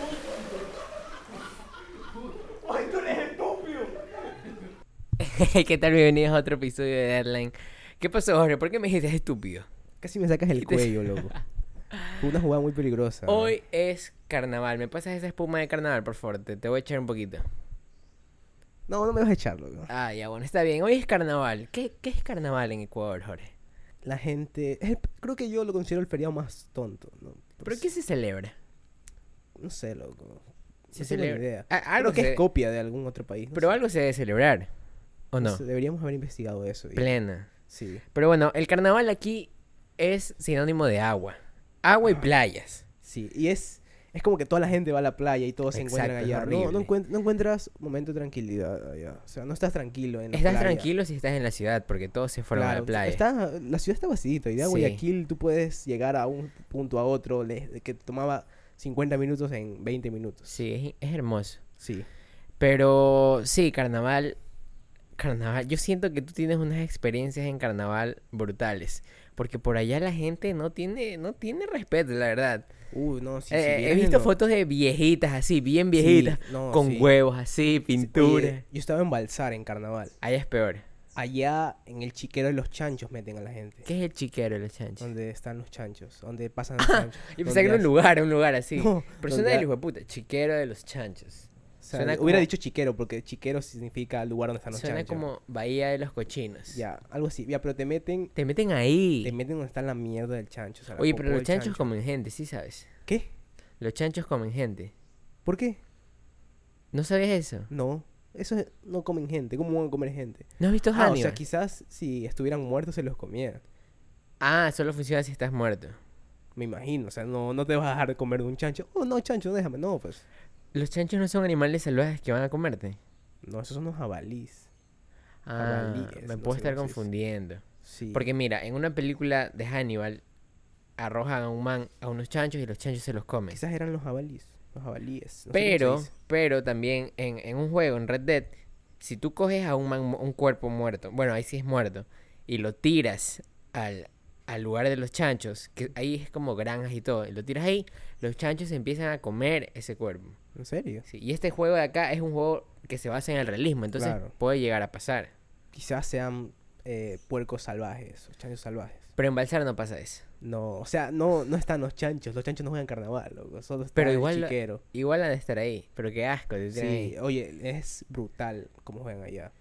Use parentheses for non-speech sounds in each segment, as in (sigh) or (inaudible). (laughs) ¿Qué tal? Bienvenidos a otro episodio de Deadline. ¿Qué pasó, Jorge? ¿Por qué me dijiste estúpido? Casi me (laughs) sacas el ¿Qué te- cuello, loco. Fue una jugada muy peligrosa. ¿no? Hoy es carnaval. ¿Me pasas esa espuma de carnaval, por favor? Te, te voy a echar un poquito. No, no me vas a echar, loco. Ah, ya, bueno, está bien. Hoy es carnaval. ¿Qué, qué es carnaval en Ecuador, Jorge? La gente. es el- creo que yo lo considero el feriado más tonto, ¿no? Pues, ¿Pero qué se celebra? No sé, loco. Se no tengo ni celebra- idea. Ah, algo Creo que se- es copia de algún otro país. no Pero sé. algo se debe celebrar. ¿O No no? sé, deberíamos haber investigado eso. y- Plena. Sí. Pero bueno, el carnaval aquí es sinónimo de agua. Ah. Agua y playas. Sí. Y es. Es como que toda la gente va a la playa y todos se encuentran Exacto, es allá. No, no, horrible. encuent- no encuentras momento de tranquilidad allá. O sea, no estás tranquilo en la Estás playa. tranquilo si estás en la ciudad porque todos se fueron a Claro, la playa. Está, la ciudad está vacía y de Sí. Guayaquil tú puedes llegar a un punto a otro le- que tomaba 50 minutos en 20 minutos. Sí, es- es hermoso. Sí. Pero sí, carnaval. Carnaval. Yo siento que tú tienes unas experiencias en carnaval brutales. Porque por allá la gente no tiene, no tiene respeto, la verdad. Uh, no, sí, sí, Eh, he viajes visto no. fotos de viejitas así, bien Sí, viejitas. no, con sí. huevos así, Sí, oye, pintura. yo estaba en Balsar en carnaval. Allá es peor. Allá en el chiquero de los chanchos meten a la gente. ¿Qué es el chiquero, los chanchos? Donde están los chanchos, donde pasan los chanchos. (laughs) Yo donde pensé que era un hacen- lugar, un lugar así. No, Pero donde suena del ha- hijo de puta. Chiquero de los chanchos. o sea, suena Hubiera como- dicho chiquero porque chiquero significa lugar donde están los Suena chanchos. como Bahía de los Cochinos. Ya, algo así. Ya, pero te meten, Te meten ahí. te meten donde está la mierda del chancho. o sea, la Oye, popó pero los del chanchos chancho. comen gente, sí sabes. ¿Qué? Los chanchos comen gente. ¿Por qué? ¿No sabías eso? No, eso es- no comen gente. ¿Cómo van a comer gente? ¿No has visto Ah, Hannibal? o sea, quizás si estuvieran muertos se los comieran. Ah, solo funciona si estás muerto. Me imagino, o sea, no, no te vas a dejar de comer de un chancho. Oh, no, chancho, déjame. No, pues. Los chanchos no son animales salvajes que van a comerte. No, esos son los jabalís. Ah, Jabalíes, me no puedo sé estar cómo se dice. confundiendo. Sí. Porque mira, en una película de Hannibal arrojan a un man a unos chanchos y los chanchos se los comen. quizás eran los jabalís. Los jabalíes. no sé cómo se pero, dice. pero también en, en un juego, en Red Dead, si tú coges a un man, mu- un cuerpo muerto, bueno, ahí sí es muerto, y lo tiras al, al lugar de los chanchos, que ahí es como granjas y todo, y lo tiras ahí, los chanchos se empiezan a comer ese cuerpo. ¿En serio? Sí, y este juego de acá es un juego que se basa en el realismo, entonces Claro. puede llegar a pasar. Quizás sean eh, puercos salvajes, o chanchos salvajes. Pero en Balsar no pasa eso. No, o sea, no, no están los chanchos. Los chanchos no juegan carnaval, loco. Solo está Pero el igual- chiquero. Igual han de estar ahí, pero qué asco. te tienen Sí, ahí. oye, es brutal cómo juegan allá.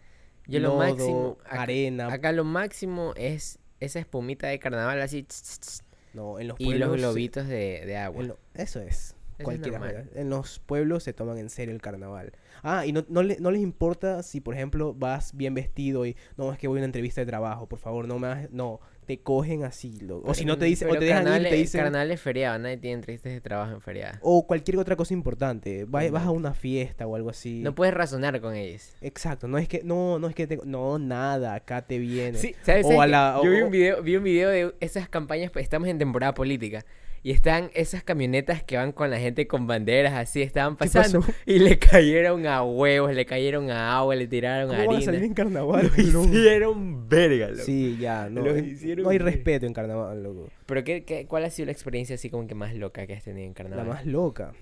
Yo lo Lodo, máximo... Acá, arena, acá lo máximo es esa espumita de carnaval así... tss, tss, tss, No, en los Y pueblos. los se- globitos de, de agua. en lo- eso es. es cualquiera normal. juega. En los pueblos se toman en serio el carnaval. Ah, y no, no, le- no les importa si, por ejemplo, vas bien vestido y no, es que voy a una entrevista de trabajo, por favor, no me hagas- No, te cogen así. lo- o si no te dicen, o Pero te dejan ir, carnaval te es- dicen. Carnaval es feriado, nadie tiene entrevistas de trabajo en feriado. O cualquier otra cosa importante. va- Vas, a Exacto. una fiesta o algo así. No puedes razonar con ellos. Exacto, no es que. No, no es que. te- no, nada, acá te viene. ¿sabes? O ¿Sabes a qué? la- Yo o- vi un, o- video, vi un video de esas campañas, pues, estamos en temporada política. Y están esas camionetas que van con la gente con banderas así, estaban ¿Qué pasó? pasando. Y le (laughs) cayeron a huevos, le cayeron a agua, le tiraron ¿Cómo van a salir harina. en carnaval? Lo loco? hicieron verga, loco. Sí, ya, no. Los eh, hicieron no hay ver- respeto en carnaval, loco. Pero qué, qué- ¿cuál ha sido la experiencia así como que más loca que has tenido en La carnaval? más loca.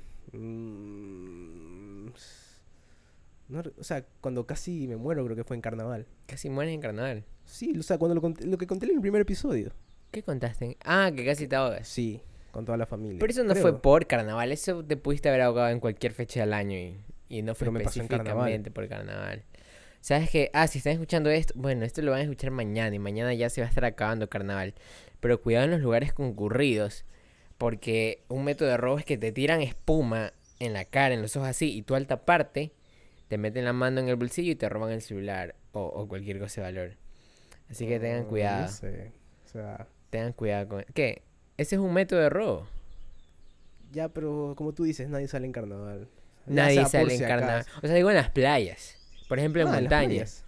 Mm, no re- o sea, cuando casi me muero creo que fue en carnaval. Casi mueres en carnaval. Sí, o sea, cuando lo, conté- lo que conté en el primer episodio. ¿Qué contaste? Ah, que casi te ahogas. Sí, con toda la familia. Pero eso no creo. fue por carnaval, eso te pudiste haber ahogado en cualquier fecha del año y, y no fue Pero me pasó en carnaval. específicamente por carnaval. ¿Sabes qué? Ah, si están escuchando esto, bueno, esto lo van a escuchar mañana y mañana ya se va a estar acabando carnaval. Pero cuidado en los lugares concurridos, porque un método de robo es que te tiran espuma en la cara, en los ojos así, y tú al taparte te meten la mano en el bolsillo y te roban el celular o, o cualquier cosa de valor. Así que tengan No, no cuidado, sé, O sea, tengan cuidado con... ¿Qué? Ese es un método de robo. ya, pero como tú dices, nadie sale en carnaval. Ya Nadie sea por sale si en carnaval. acaso. O sea, digo en las playas. Por ejemplo, en No, Ah, las montañas. playas.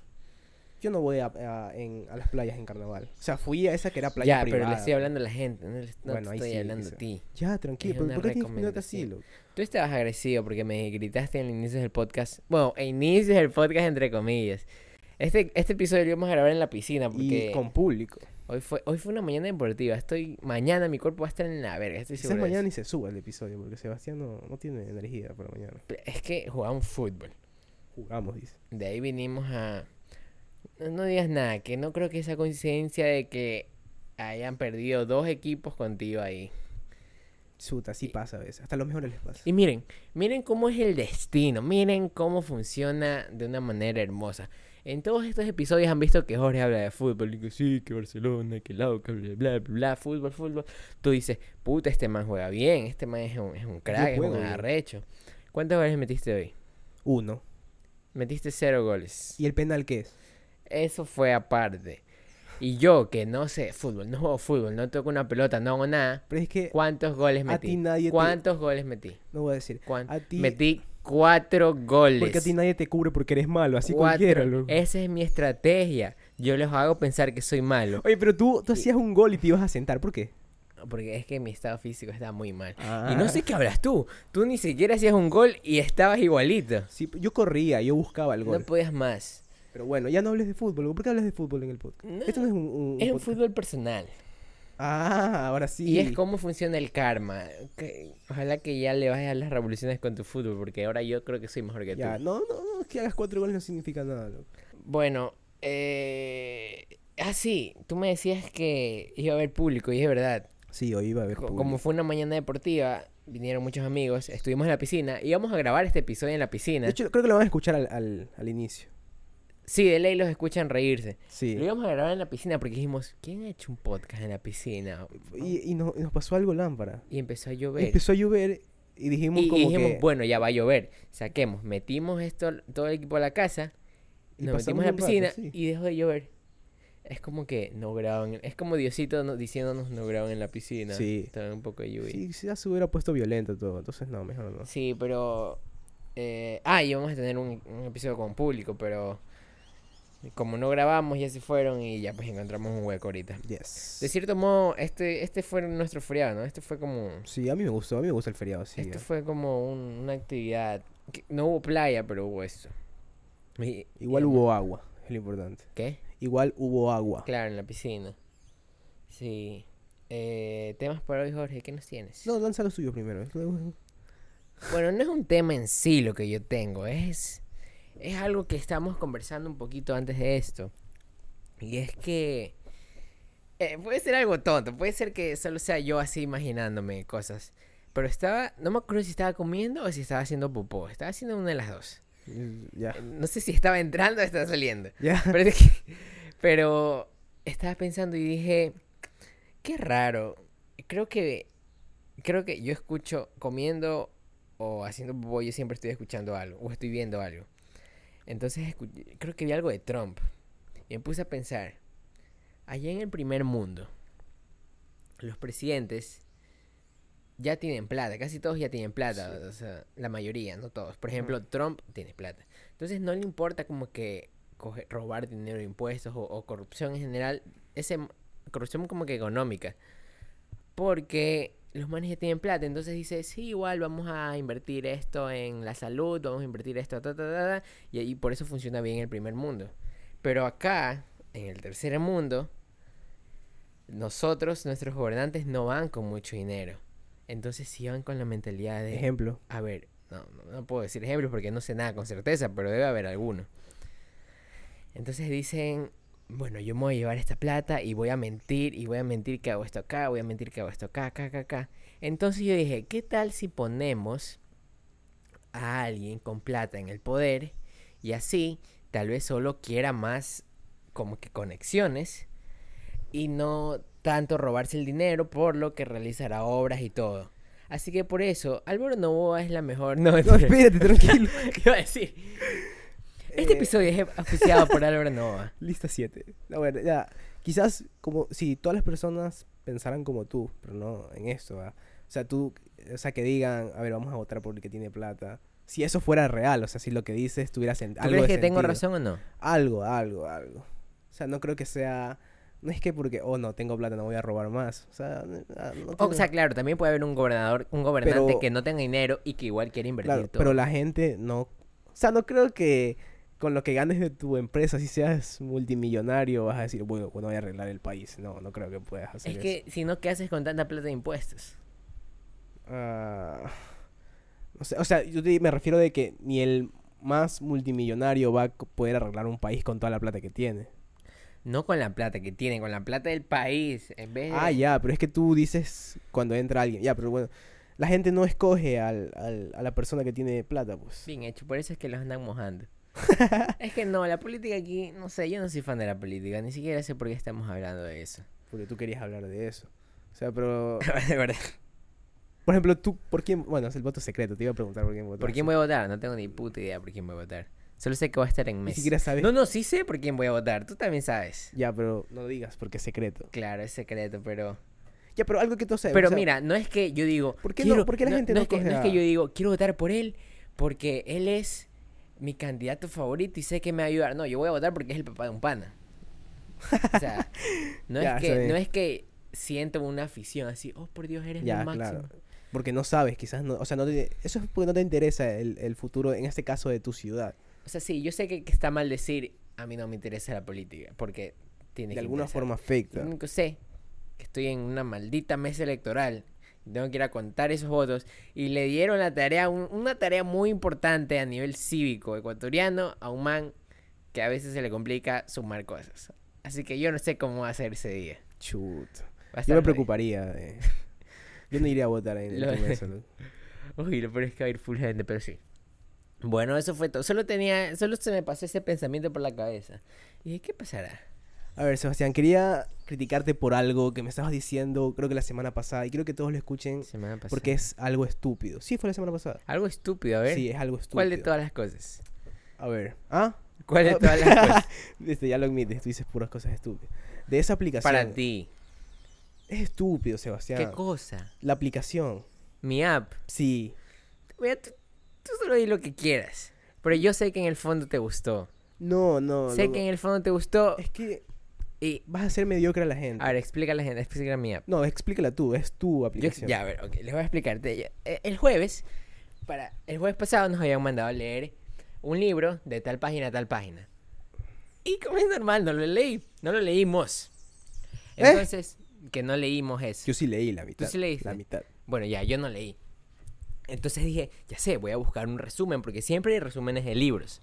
Yo no voy a, a- en- a las playas en carnaval. O sea, fui a esa que era playa ya, pero le privada. estoy hablando a la gente. No, le- no Bueno, te ahí estoy sí, hablando a quizá. ti. Ya, tranquilo. Es pero una ¿Por qué tienes que ponerte así, recomendación. loco? Tú estabas agresivo porque me gritaste al inicio del podcast. Bueno, e inicio del podcast, entre comillas. Este, este episodio lo íbamos a grabar en la piscina porque Y con público. hoy, fue, hoy fue una mañana deportiva. Estoy Mañana mi cuerpo va a estar en la verga. Estoy Quizás seguro. de mañana eso. ni se suba el episodio porque Sebastián no, no tiene energía para mañana. Es que jugamos fútbol. Jugamos, dice. De ahí vinimos a No, no digas nada, que no creo que esa coincidencia de que hayan perdido dos equipos contigo ahí. Suta, sí pasa a veces. Hasta a los mejores les pasa. Y miren, miren cómo es el destino, miren cómo funciona de una manera hermosa. En todos estos episodios han visto que Jorge habla de fútbol, y que sí, que Barcelona, que Lau, que bla, bla, bla, bla, fútbol, fútbol. Tú dices, puta, este man juega bien, este man es un, es un crack, es juego un bien. arrecho. ¿Cuántos goles metiste hoy? Uno. Metiste cero goles. ¿Y el penal qué es? Eso fue aparte. Y yo, que no sé fútbol, no juego fútbol, no toco una pelota, no hago nada, Pero es que ¿cuántos goles a ti metí? nadie te- ¿Cuántos goles metí? no voy a decir. ¿Cuán- A ti- Metí cuatro goles. Porque a ti nadie te cubre porque eres malo, así Cuatro. cualquiera, loco. Esa es mi estrategia. Yo los hago pensar que soy malo. Oye, pero tú, tú hacías un gol y te ibas a sentar, ¿por qué? Porque es que mi estado físico está muy mal. Ah. Y no sé qué hablas tú. Tú ni siquiera hacías un gol y estabas igualito. Sí, yo corría, yo buscaba el gol. No podías más. Pero bueno, ya no hables de fútbol. loco. ¿Por qué hablas de fútbol en el podcast? No, Esto no es un, un- un Es un podcast. fútbol personal. Ah, ahora sí. Y es cómo funciona el karma. Que- ojalá que ya le bajes a las revoluciones con tu fútbol, porque ahora yo creo que soy mejor que Ya, tú. no, no, no, es que hagas cuatro goles no significa nada, loco. Bueno, eh... Ah, sí. Tú me decías que iba a haber público, y es verdad. Sí, hoy iba a haber Co- público. Como fue una mañana deportiva, vinieron muchos amigos, estuvimos en la piscina, íbamos a grabar este episodio en la piscina. De hecho, creo que lo van a escuchar al, al, al inicio. sí, de ley los escuchan reírse. Sí. Lo íbamos a grabar en la piscina porque dijimos, ¿quién ha hecho un podcast en la piscina? Y, y nos, y nos pasó algo lámpara. Y empezó a llover. Empezó a llover y dijimos Pues. y, y como dijimos, que... bueno, ya va a llover, saquemos, metimos esto, todo el equipo a la casa, Y nos metimos en pasamos la un rato, piscina sí. y dejó de llover. Es como que no graban, en- es como Diosito no- diciéndonos no graban en la piscina. Sí. Estaba un poco de lluvia. Sí, sí, ya se hubiera puesto violento todo, entonces no, mejor no. Sí, pero... eh, ah, y vamos a tener un, un episodio con público, pero... Como no grabamos, ya se fueron y ya pues encontramos un hueco ahorita. Yes. De cierto modo, este, este fue nuestro feriado, ¿no? Este fue como... Sí, a mí me gustó, a mí me gusta el feriado, sí. esto eh. fue como un- una actividad... que no hubo playa, pero hubo eso. Y- Igual y- hubo agua, es lo importante. ¿Qué? Igual hubo agua. Claro, en la piscina. Sí. Eh, temas para hoy, Jorge, ¿qué nos tienes? No, lanza los suyos primero. Bueno, no es un tema en sí lo que yo tengo, es, es algo que estamos conversando un poquito antes de esto. Y es que eh, puede ser algo tonto, puede ser que solo sea yo así imaginándome cosas. Pero estaba, no me acuerdo si estaba comiendo o si estaba haciendo popó, estaba haciendo una de las dos. Ya. Eh, No sé si estaba entrando o estaba saliendo. Ya. (laughs) (laughs) Pero, es que- pero estaba pensando y dije, qué raro. Creo que creo que yo escucho comiendo o haciendo popó, yo siempre estoy escuchando algo o estoy viendo algo. Entonces escu- creo que vi algo de Trump y me puse a pensar, allá en el primer mundo, los presidentes ya tienen plata, casi todos ya tienen plata, o sea, la mayoría, no todos. Por ejemplo, Trump tiene plata. Entonces no le importa como que coge- robar dinero de impuestos o, o corrupción en general, ese, m- corrupción como que económica, porque los manes ya tienen plata, entonces dice, sí, igual vamos a invertir esto en la salud, vamos a invertir esto, ta, ta, ta, ta", y ahí por eso funciona bien el primer mundo. Pero acá, en el tercer mundo, nosotros, nuestros gobernantes, no van con mucho dinero. Entonces sí van con la mentalidad de... Ejemplo. A ver, no, no, no puedo decir ejemplos porque no sé nada con certeza, pero debe haber alguno. Entonces dicen, bueno, yo me voy a llevar esta plata y voy a mentir, y voy a mentir que hago esto acá, voy a mentir que hago esto acá, acá, acá, acá. Entonces yo dije, ¿qué tal si ponemos a alguien con plata en el poder y así tal vez solo quiera más como que conexiones y no tanto robarse el dinero por lo que realizará obras y todo? Así que por eso, Álvaro Novoa es la mejor. (laughs) No, No, mentira. espérate, tranquilo. ¿Qué (laughs) iba a decir? Este Eh, episodio es auspiciado por Álvaro (laughs) Novoa. Lista 7. Bueno, ya. Quizás como si todas las personas pensaran como tú, pero no en esto, ¿ah? O sea, tú, o sea, que digan, a ver, vamos a votar por el que tiene plata. Si eso fuera real, o sea, si lo que dices tuviera sen- ¿Tú algo crees de que tengo sentido. razón o no? Algo, algo, algo. O sea, no creo que sea... No es que porque, oh, no, tengo plata, no voy a robar más. O sea, no, no O tiene- sea, claro, también puede haber un gobernador, un gobernante Pero- que no tenga dinero y que igual quiere invertir Claro, todo. pero la gente no... O sea, no creo que con lo que ganes de tu empresa, si seas multimillonario, vas a decir, bueno, bueno, voy a arreglar el país. No, no creo que puedas hacer es eso. que si no, ¿qué haces con tanta plata de impuestos? Ah, o sea, o sea, yo te- me refiero de que ni el más multimillonario va a c- poder arreglar un país con toda la plata que tiene. No con la plata que tiene, con la plata del país. En vez de... Ah, ya, pero es que tú dices cuando entra alguien. Ya, pero bueno, la gente no escoge al, al- a la persona que tiene plata, pues. Bien hecho, por eso es que los andan (laughs) mojando. es que no, la política aquí, no sé, yo no soy fan de la política, ni siquiera sé por qué estamos hablando de eso. (laughs) Porque tú querías hablar de eso. O sea, pero. de verdad. Por ejemplo, tú, ¿por quién? Bueno, es el voto secreto, te iba a preguntar por quién votaste. ¿Por quién voy a votar? No tengo ni puta idea por quién voy a votar. Solo sé que voy a estar en Ni Messi. siquiera sabes. No, no, sí sé por quién voy a votar, tú también sabes. Ya, pero no digas porque es secreto. Claro, es secreto, pero... Ya, pero algo que tú sabes. Pero o sea, mira, no es que yo digo. ¿Por qué no- por qué la gente no es que, coge es a- que yo digo, quiero votar por él porque él es mi candidato favorito y sé que me va a ayudar. No, yo voy a votar porque es el papá de un pana. O (laughs) sea, no, Ya, es, está que, bien. no es que siento una afición así, oh por Dios, eres Ya, lo máximo. claro. Porque no sabes, quizás no. O sea, no te- eso es porque no te interesa el, el futuro, en este caso, de tu ciudad. O sea, sí, yo sé que, que está mal decir, a mí no me interesa la política porque tiene De que alguna interesar. forma Lo afecta. único que sé que estoy en una maldita mesa electoral. y Tengo que ir a contar esos votos. Y le dieron la tarea, un- una tarea muy importante a nivel cívico ecuatoriano a un man que a veces se le complica sumar cosas. Así que yo no sé cómo va a ser ese día. Chut. Va a Yo me estar preocuparía. de- Yo no iría a (laughs) votar en el Lo- tema de salud. Uy, lo peor es que va a ir full gente, pero sí. Bueno, eso fue todo. Solo tenía, solo se me pasó ese pensamiento por la cabeza. Y dije, ¿qué pasará? A ver, Sebastián, quería criticarte por algo que me estabas diciendo, creo que la semana pasada, y creo que todos lo escuchen Se me va a pasar. porque es algo estúpido. Sí, fue la semana pasada. Algo estúpido, a ver. Sí, es algo estúpido. ¿Cuál de todas las cosas? A ver. ¿Ah? ¿Cuál de Ah, todas (laughs) las (laughs) cosas? Este, ya lo admites, tú dices puras cosas estúpidas. De esa aplicación. Para ti. Es estúpido, Sebastián. ¿Qué cosa? la aplicación. Mi app. Sí. Mira, tú, tú solo di lo que quieras. Pero yo sé que en el fondo te gustó. No, no. sé no, que en no. el fondo te gustó. Es que Y. vas a ser mediocre a la gente. A ver, explica a la gente, explica mi app. No, explícala tú, es tu Yo- aplicación. ya, a ver, ok, les voy a explicar. Te- ya- eh, El jueves, para, el jueves pasado nos habían mandado a leer un libro de tal página a tal página. Y como es normal, no lo leí. No lo leímos. ¿Eh? Entonces, que no leímos eso. Yo sí leí la mitad. sí leíste? La mitad. Bueno, ya, yo no leí. Entonces dije, ya sé, voy a buscar un resumen, porque siempre hay resúmenes de libros.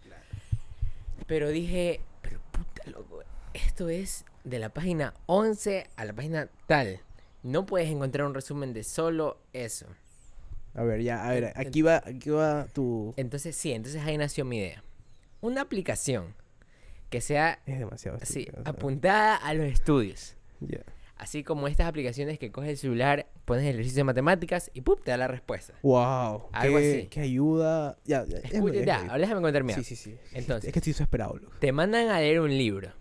Pero dije, pero puta loco, esto es de la página 11 a la página tal. No puedes encontrar un resumen de solo eso. A ver, ya, a ver, En- aquí va, aquí va tu... Entonces, sí, entonces ahí nació mi idea. Una aplicación que sea Es demasiado. así, estúpido, o sea, apuntada a los estudios. ya. Así como estas aplicaciones que coges el celular, pones el ejercicio de matemáticas y ¡pup! te da la respuesta. Wow. Algo qué, así. qué ayuda. Ya, ya. déjame- Escucha, ya, déjame- ahora déjame contar mi app. Sí, sí, sí. Entonces. Es que estoy desesperado, Luke. Te mandan a leer un libro.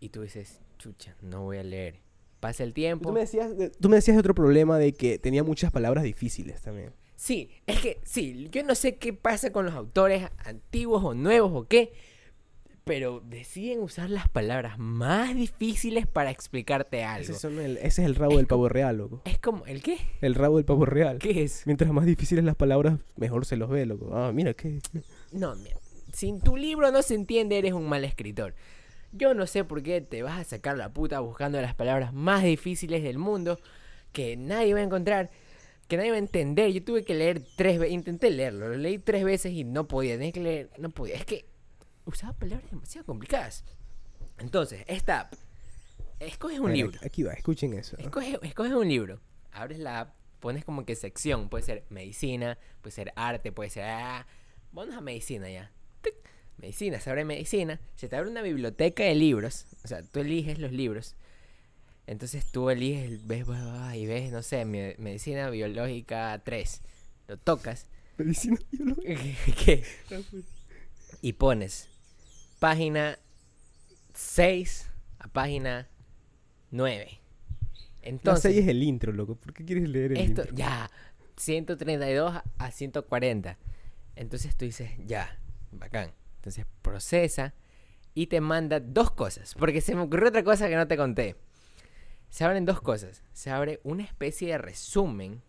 Y tú dices, chucha, no voy a leer. Pasa el tiempo. Tú me, decías de, tú me decías de otro problema de que tenía muchas palabras difíciles también. Sí, es que sí, yo no sé qué pasa con los autores antiguos o nuevos o qué, pero deciden usar las palabras más difíciles para explicarte algo. Ese, son el- ese es el rabo Es del como- pavo real, loco. Es como, ¿el qué? El rabo del pavo real. ¿Qué es? Mientras más difíciles las palabras, mejor se los ve, loco. Ah, mira, qué. No, mira, sin tu libro no se entiende, eres un mal escritor. Yo no sé por qué te vas a sacar la puta buscando las palabras más difíciles del mundo que nadie va a encontrar, que nadie va a entender. Yo tuve que leer tres veces, intenté leerlo, lo leí tres veces y no podía, tenía que leer, no podía. Es que usaba palabras demasiado complicadas. Entonces, esta app, escoges A un ver, libro. Eh. aquí- Aquí va, escuchen eso. (laughs) Escoges, escoges un libro, abres la app, pones como que sección, puede ser medicina, puede ser arte, puede ser... ah, vamos a medicina ya. Tic. Medicina, se abre medicina, se te abre una biblioteca de libros, o sea, tú eliges los libros. Entonces tú eliges, el- ves, va, va, va, y ves, no sé, me- medicina biológica 3. Lo tocas (laughs) Medicina biológica. ¿Qué? y pones página 6 a página 9. Entonces, Entonces, ahí es el intro, loco. ¿Por qué quieres leer el esto, intro? ya, 132 a 140. Entonces tú dices, ya, bacán. Entonces procesa y te manda dos cosas. Porque se me ocurrió otra cosa que no te conté. Se abren dos cosas. Se abre una especie de resumen,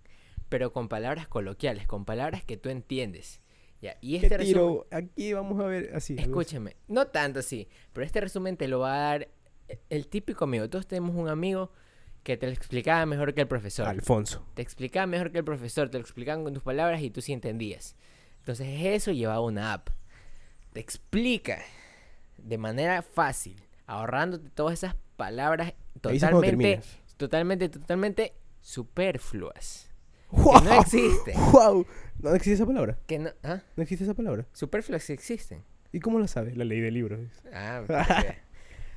pero con palabras coloquiales, con palabras que tú entiendes. Ya, y ¿Qué este resumen, tiro? Aquí vamos a ver. Así. algo así. escúchame, no tanto así, pero este resumen te lo va a dar e- el típico amigo. Todos tenemos un amigo que te lo explicaba mejor que el profesor. Alfonso. Te explicaban mejor que el profesor, te lo explicaban con tus palabras y tú sí entendías. Entonces eso llevaba una app. Te explica de manera fácil, ahorrándote todas esas palabras avisas cuando totalmente, termines. totalmente, totalmente superfluas. ¡Wow! Que no existe. ¡Wow! No existe esa palabra. Que no, ¿ah? No existe esa palabra. Superfluas sí existen. ¿Y cómo lo sabes? La ley de libros. Ah, porque-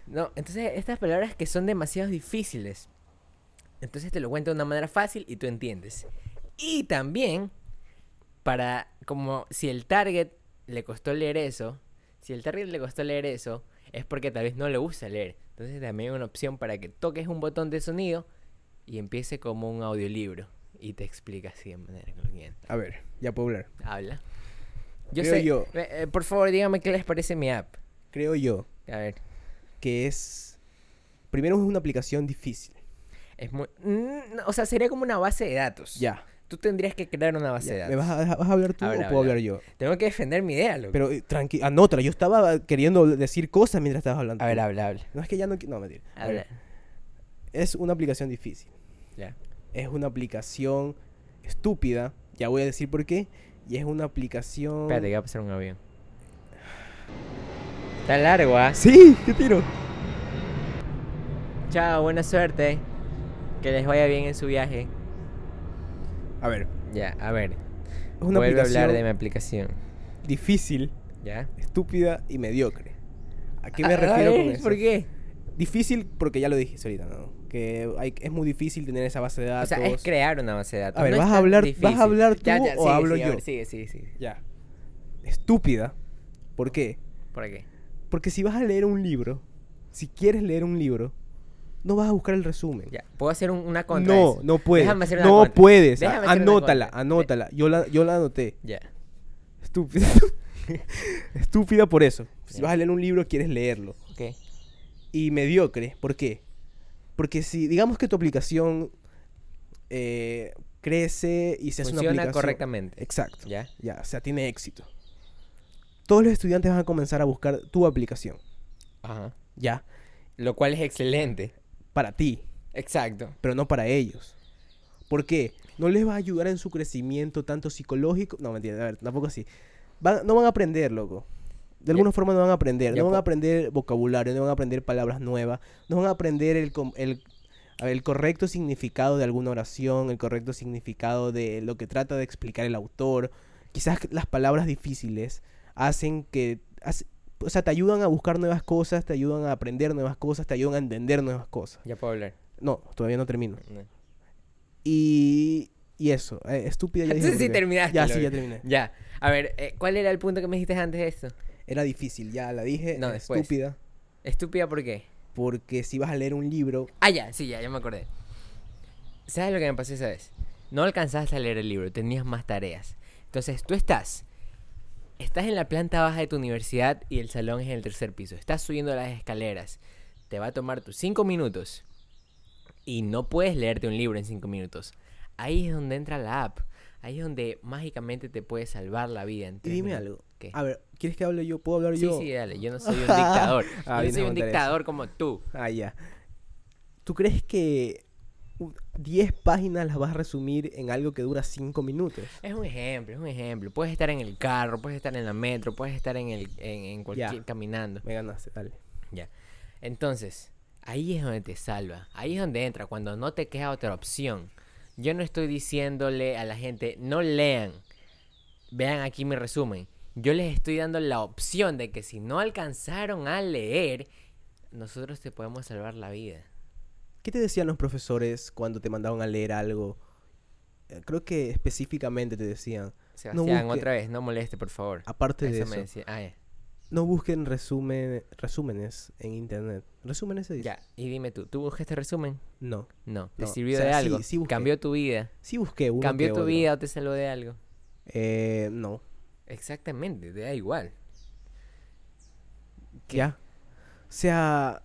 no, entonces estas palabras que son demasiado difíciles. Entonces te lo cuento de una manera fácil y tú entiendes. Y también, para, como si el target le costó leer eso, si el target le costó leer eso, es porque tal vez no le gusta leer. Entonces también hay una opción para que toques un botón de sonido y empiece como un audiolibro. Y te explica así de manera concluyente. A ver, ya puedo hablar. Habla. Yo Creo sé. yo. eh, eh, por favor, dígame qué les parece mi app. Creo yo A ver. que es... Primero es una aplicación difícil. Es muy... Mm, no, O sea, sería como una base de datos. Ya. Tú tendrías que crear una base de ya. datos. ¿Me vas a, vas a hablar tú A ver, o a puedo ver, a hablar yo? Tengo que defender mi idea, loco. Pero eh, tranqui, anótala. Yo estaba queriendo decir cosas mientras estabas hablando. A ver, tú. habla, habla. No es que ya no... qui- No, mentira. A ver, Habla. Es una aplicación difícil. Ya. Es una aplicación estúpida. Ya voy a decir por qué. Y es una aplicación... Espérate, que va a pasar un avión. Está largo, ¿ah? Sí, qué tiro. Chao, buena suerte. Que les vaya bien en su viaje. A ver, Ya, a ver. es una Vuelve a aplicación hablar de mi aplicación. difícil, ¿Ya? estúpida y mediocre. ¿A qué me Ah, refiero ay, con eso? ¿Por qué? Difícil porque ya lo dije ahorita, ¿no? Que hay- es muy difícil tener esa base de O datos. sea, es crear una base de datos. A ver, No es ¿vas a tan hablar- vas a difícil. hablar tú Ya, ya, o sigue, hablo sigue, a yo? ver, sigue, sigue, sigue. Ya. Estúpida. ¿Por qué? ¿Por qué? Porque si vas a leer un libro, si quieres leer un libro, no vas a buscar el resumen. Ya. ¿Puedo hacer un- una contra? de No, eso? no puedes. Déjame hacer una No contra. puedes. Déjame hacer una Anótala, contra. anótala. Yo la, yo la anoté. (laughs) Ya. Estúpida. (laughs) Estúpida por eso. Si Ya. vas a leer un libro, quieres leerlo. Ok. y mediocre. ¿Por qué? Porque si digamos que tu aplicación eh, crece y se hace una Funciona aplicación correctamente. Exacto. ¿Ya? Ya, o sea, tiene éxito. Todos los estudiantes van a comenzar a buscar tu aplicación, Ajá. ya, Lo cual es excelente. para ti, Exacto. pero no para ellos. ¿Por qué? No les va a ayudar en su crecimiento tanto psicológico. No, mentira, a ver, tampoco así. Van- no van a aprender, loco. De Ya. alguna forma no van a aprender. Ya, No van po- a aprender vocabulario, no van a aprender palabras nuevas, no van a aprender el, com- el, a ver, el correcto significado de alguna oración, el correcto significado de lo que trata de explicar el autor. Quizás las palabras difíciles hacen que... hace- o sea, te ayudan a buscar nuevas cosas, te ayudan a aprender nuevas cosas, te ayudan a entender nuevas cosas. Ya puedo hablar. No, todavía no termino. (laughs) No. Y, y eso, eh, estúpida (laughs) ya dije Entonces sí por qué. terminaste. Ya, lo sí, vi. ya terminé. Ya. A ver, eh, ¿cuál era el punto que me dijiste antes de esto? Era difícil, ya la dije. No, eh, después. Estúpida. ¿Estúpida por qué? Porque si vas a leer un libro, Ah, ya, sí, ya, ya me acordé. ¿Sabes lo que me pasó esa vez? No alcanzaste a leer el libro, tenías más tareas. Entonces tú estás. Estás en la planta baja de tu universidad y el salón es en el tercer piso. Estás subiendo las escaleras. Te va a tomar tus cinco minutos. Y no puedes leerte un libro en cinco minutos. Ahí es donde entra la app. Ahí es donde mágicamente te puede salvar la vida. en y tres dime minutos. algo. ¿Qué? A ver, ¿quieres que hable yo? ¿Puedo hablar Sí, yo? sí, eh. dale. Yo no soy un dictador. (laughs) Ah, yo vienes soy a un contar eso. dictador como tú. Ah, ya. ¿Tú crees que u- 10 páginas las vas a resumir en algo que dura 5 minutos? Es un ejemplo, es un ejemplo. Puedes estar en el carro, puedes estar en la metro, puedes estar en el en, en cualquier Ya. caminando. Me ganaste, dale. Ya. Entonces, ahí es donde te salva. Ahí es donde entra cuando no te queda otra opción. Yo no estoy diciéndole a la gente no lean. Vean aquí mi resumen. Yo les estoy dando la opción de que si no alcanzaron a leer, nosotros te podemos salvar la vida. ¿Qué te decían los profesores cuando te mandaban a leer algo? Eh, Creo que específicamente te decían, Sebastián, busque- otra vez, no moleste, por favor. aparte de Eso eso, me decía- ah, ya. no busquen resumen, resúmenes en internet. ¿Resúmenes se dice? Ya, y dime tú, ¿tú buscaste resumen? No. No, te No, sirvió o sea, de sí, algo. sí busqué. cambió tu vida. Sí busqué uno cambió que tu otro. vida o te salvó de algo. Eh, no. Exactamente, te da igual. ¿Qué? Ya. O sea,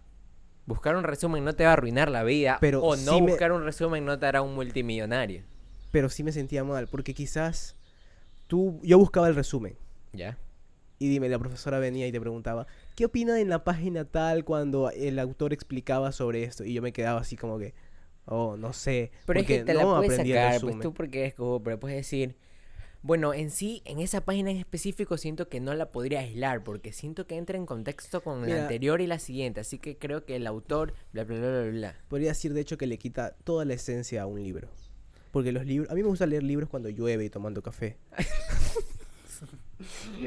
Buscar un resumen no te va a arruinar la vida. Pero o no sí me- buscar un resumen no te hará un multimillonario. pero sí me sentía mal, porque quizás tú, yo buscaba el resumen. ¿Ya? Y dime, la profesora venía y te preguntaba, ¿qué opina en la página tal cuando el autor explicaba sobre esto? Y yo me quedaba así como que, oh, no sé. Pero es que porque te la no puedes aprendí el sacar, pues resumen. tú porque eres cojo, pero puedes decir, Bueno, en sí, en esa página en específico siento que no la podría aislar porque siento que entra en contexto con la Mira. anterior y la siguiente, así que creo que el autor, bla, bla, bla, bla, bla. (laughs) Podría decir, de hecho, que le quita toda la esencia a un libro. Porque los libros... A mí me gusta leer libros cuando llueve y tomando café.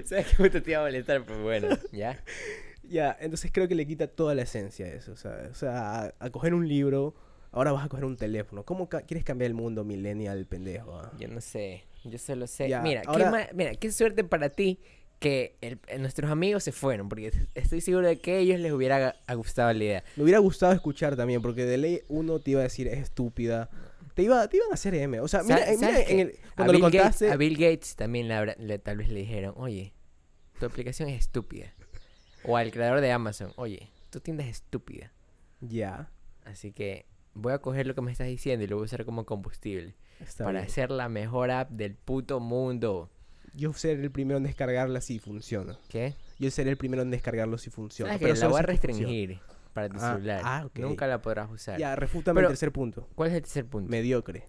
Sabes que justo te iba a molestar, pero bueno, ya. Ya, entonces creo que le quita toda la esencia a eso. O sea, o sea, a, a coger un libro, ahora vas a coger un teléfono. ¿Cómo ca- quieres cambiar el mundo, millennial, pendejo? ah? Yo no sé, yo solo sé. Ya, mira, qué ahora- ma- mira, qué suerte para ti que el- eh, nuestros amigos se fueron, porque estoy seguro de que a ellos les hubiera ga- ha gustado la idea. Me hubiera gustado escuchar también, porque de ley uno te iba a decir es estúpida. Te, iba, te iban a hacer M. O sea, mira, Sa- eh, mira ¿sabes en qué? el- A cuando lo Bill Gates- contaste. a Bill Gates también le habrá- le- tal vez le dijeron, oye, tu aplicación es estúpida. O al creador de Amazon, oye, tu tienda es estúpida. Ya. Así que voy a coger lo que me estás diciendo y lo voy a usar como combustible Está para bien. hacer la mejor app del puto mundo. Yo seré el primero en descargarla si funciona. ¿Qué? Yo seré el primero en descargarlo si funciona. ¿Sabes pero que la solo voy a si es que funciona. restringir para tu Ah, celular. ah, ok. Nunca la podrás usar. Ya, refútame Pero- el tercer punto. ¿Cuál es el tercer punto? Mediocre.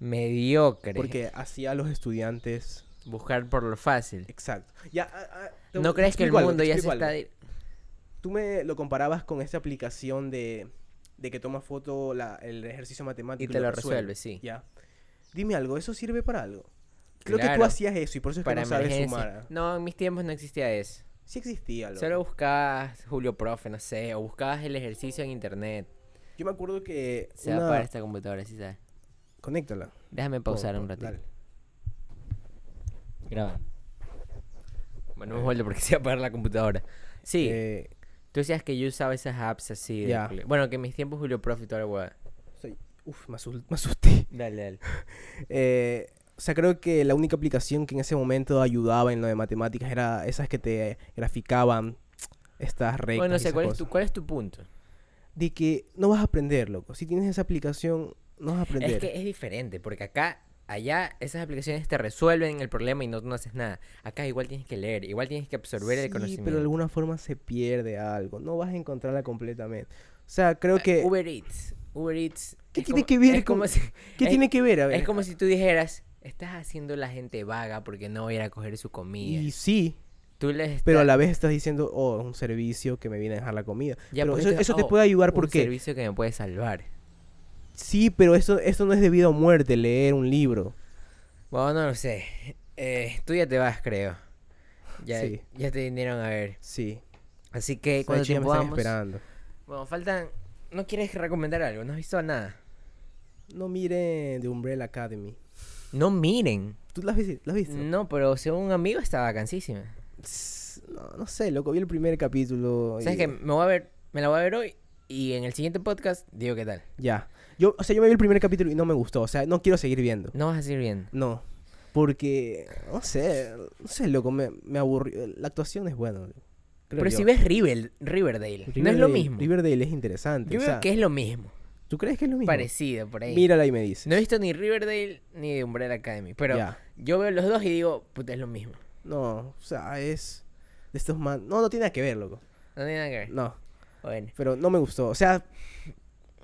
Mediocre. Porque hacía a los estudiantes. Buscar por lo fácil. Exacto. Ya, ah, ah, te- ¿No te crees que el explico algo, mundo te ya se explico está... algo. Tú me lo comparabas con esta aplicación de, de que toma foto la- el ejercicio Y matemático. te lo resuelve, sí. Ya. Dime algo, ¿eso sirve para algo? Creo que tú Claro. hacías eso y por eso es que Para no sabes emergencias. sumar. No, en mis tiempos no existía eso. Sí existía, loco. Solo buscabas Julio Profe, no sé, o buscabas el ejercicio en internet. Yo me acuerdo que Se va una- a pagar esta computadora, sí sabes. Conéctala. Déjame pausar Pon, un pon, ratito. dale. Graba. Bueno, me vuelvo porque (laughs) se va a apagar la computadora. Sí, Eh, tú decías que yo usaba esas apps así. de Ya. Julio- Bueno, que en mis tiempos Julio Profe y toda la hueá. soy- Uf, me asul- me asusté. Dale, dale. (laughs) Eh, o sea, creo que la única aplicación que en ese momento ayudaba en lo de matemáticas era esas que te graficaban estas rectas. Bueno, y o sea, esas ¿cuál es, tu, cosas. ¿cuál es tu punto? De que no vas a aprender, loco. Si tienes esa aplicación, no vas a aprender. Es que es diferente, porque acá, allá, esas aplicaciones te resuelven el problema y no, no haces nada. Acá igual tienes que leer, igual tienes que absorber el Sí, conocimiento. pero de alguna forma se pierde algo. No vas a encontrarla completamente. O sea, creo Ah, que... Uber Eats. Uber Eats. ¿Qué es tiene como- que ver es como con- si- ¿Qué es- (laughs) tiene que ver? A ver. Es como si tú dijeras, estás haciendo la gente vaga porque no va a ir a coger su comida. Y sí, tú les pero a estás- la vez estás diciendo, oh, es un servicio que me viene a dejar la comida. Ya, pero pues, eso, entonces, eso te oh, puede ayudar un porque... servicio que me puede salvar. Sí, pero eso, esto no es debido a muerte, leer un libro. Bueno, no lo sé. Eh, tú ya te vas, creo. Ya, Sí. ya te vinieron a ver. Sí. Así que Sabe, cuando chicas, Eh, me tiempo están vamos- esperando. Bueno, faltan... ¿No quieres recomendar algo? ¿No has visto nada? No miren The Umbrella Academy. No miren. ¿Tú la has visto? ¿La has visto? No, pero según un amigo está vacancísima. Tss, No, no sé, loco. Vi el primer capítulo. y- ¿Sabes qué? Me voy a ver... Me la voy a ver hoy y en el siguiente podcast digo qué tal. Ya. Yo, o sea, yo me vi el primer capítulo y no me gustó. O sea, no quiero seguir viendo. No vas a seguir viendo. No. Porque, no sé, no sé, loco, me, me aburrió. La actuación es buena. loco, creo Pero yo. si ves River, Riverdale, no es Riverdale- lo mismo. Riverdale es interesante. Yo o creo sea, que es lo mismo. ¿Tú crees que es lo mismo? Parecido por ahí. Mírala y me dices. No he visto ni Riverdale ni de Umbrella Academy, pero Ya. yo veo los dos y digo, puta, es lo mismo. No, o sea, es de estos man... No, no tiene nada que ver, loco. No tiene nada que ver. No, Bueno, pero no me gustó. O sea,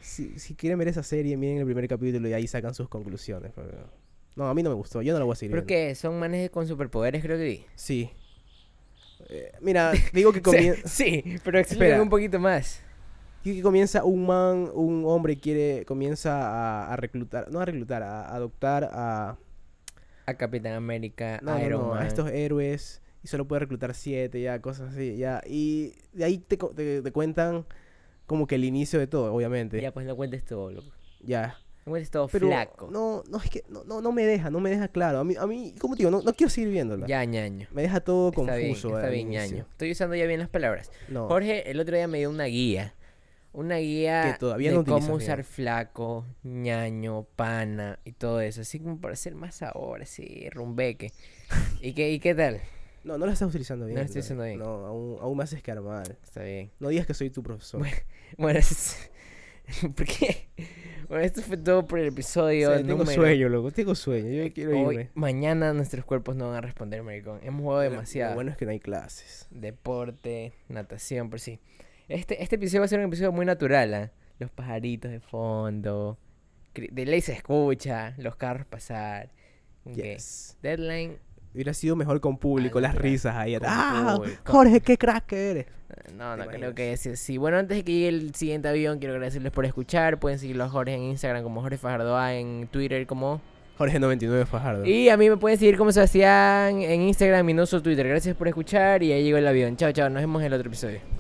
si, si quieren ver esa serie, miren el primer capítulo y ahí sacan sus conclusiones. pero- No, a mí no me gustó. Yo no la voy a seguir creo viendo. que son manes con superpoderes, creo que vi. Sí. Eh, mira, digo que, (laughs) O sea, comien- sí, pero explícame (laughs) Espera. un poquito más. digo que comienza un man, un hombre quiere, comienza a, a reclutar, no a reclutar, a adoptar a, A Capitán América, no, no, Iron no, Man. a estos héroes y solo puede reclutar siete, ya, cosas así, ya. Y de ahí te, co- te- te cuentan como que el inicio de todo, obviamente. Ya, pues no cuentes todo, loco. Ya. No cuentes todo Este Pero flaco. no, no, es que no, no, no me deja, no me deja claro. A mí, a mí como te digo, no, no quiero seguir viéndola. Ya, ñaño. Me deja todo Está bien, confuso. eh, está al bien, inicio. ñaño. Estoy usando ya bien las palabras. No. Jorge el otro día me dio una guía. Una guía Que todavía de no utilizas, cómo usar mira. flaco, ñaño, pana y todo eso. Así como para ser más ahora, sí, (laughs) rumbeque. ¿Y qué, y qué tal? No, no la estás utilizando bien. la estoy usando bien. No, aún, aún me haces quedar mal. Está bien. No digas que soy tu profesor. (laughs) Bueno, Bueno, (laughs) es- ¿por qué? Bueno, esto fue todo por el O episodio sea, tengo número- sueño, loco. Tengo sueño. Yo quiero Hoy, irme. mañana nuestros cuerpos no van a responder, maricón. Hemos jugado Lo- demasiado. Lo bueno es que no hay clases. Deporte, natación, por sí. Este, este episodio va a ser un episodio muy natural, ¿ah? Los pajaritos de fondo. cri- De ley se escucha, los carros pasar. Ok. Yes. Deadline. Hubiera sido mejor con público, Ah, no, las claro. risas ahí. Con ¡Ah! público. Jorge, qué crack que eres. eh, No, ¿Te no creo imaginas? que sí, sí. Bueno, antes de que llegue el siguiente avión, quiero agradecerles por escuchar. Pueden seguirlo a Jorge en Instagram como Jorge Fajardo A, en Twitter como... Jorge 99 Fajardo. Y a mí me pueden seguir como Sebastián en Instagram, Minoso, Twitter. Gracias por escuchar y ahí llegó el avión. Chao, chao. Nos vemos en el otro episodio.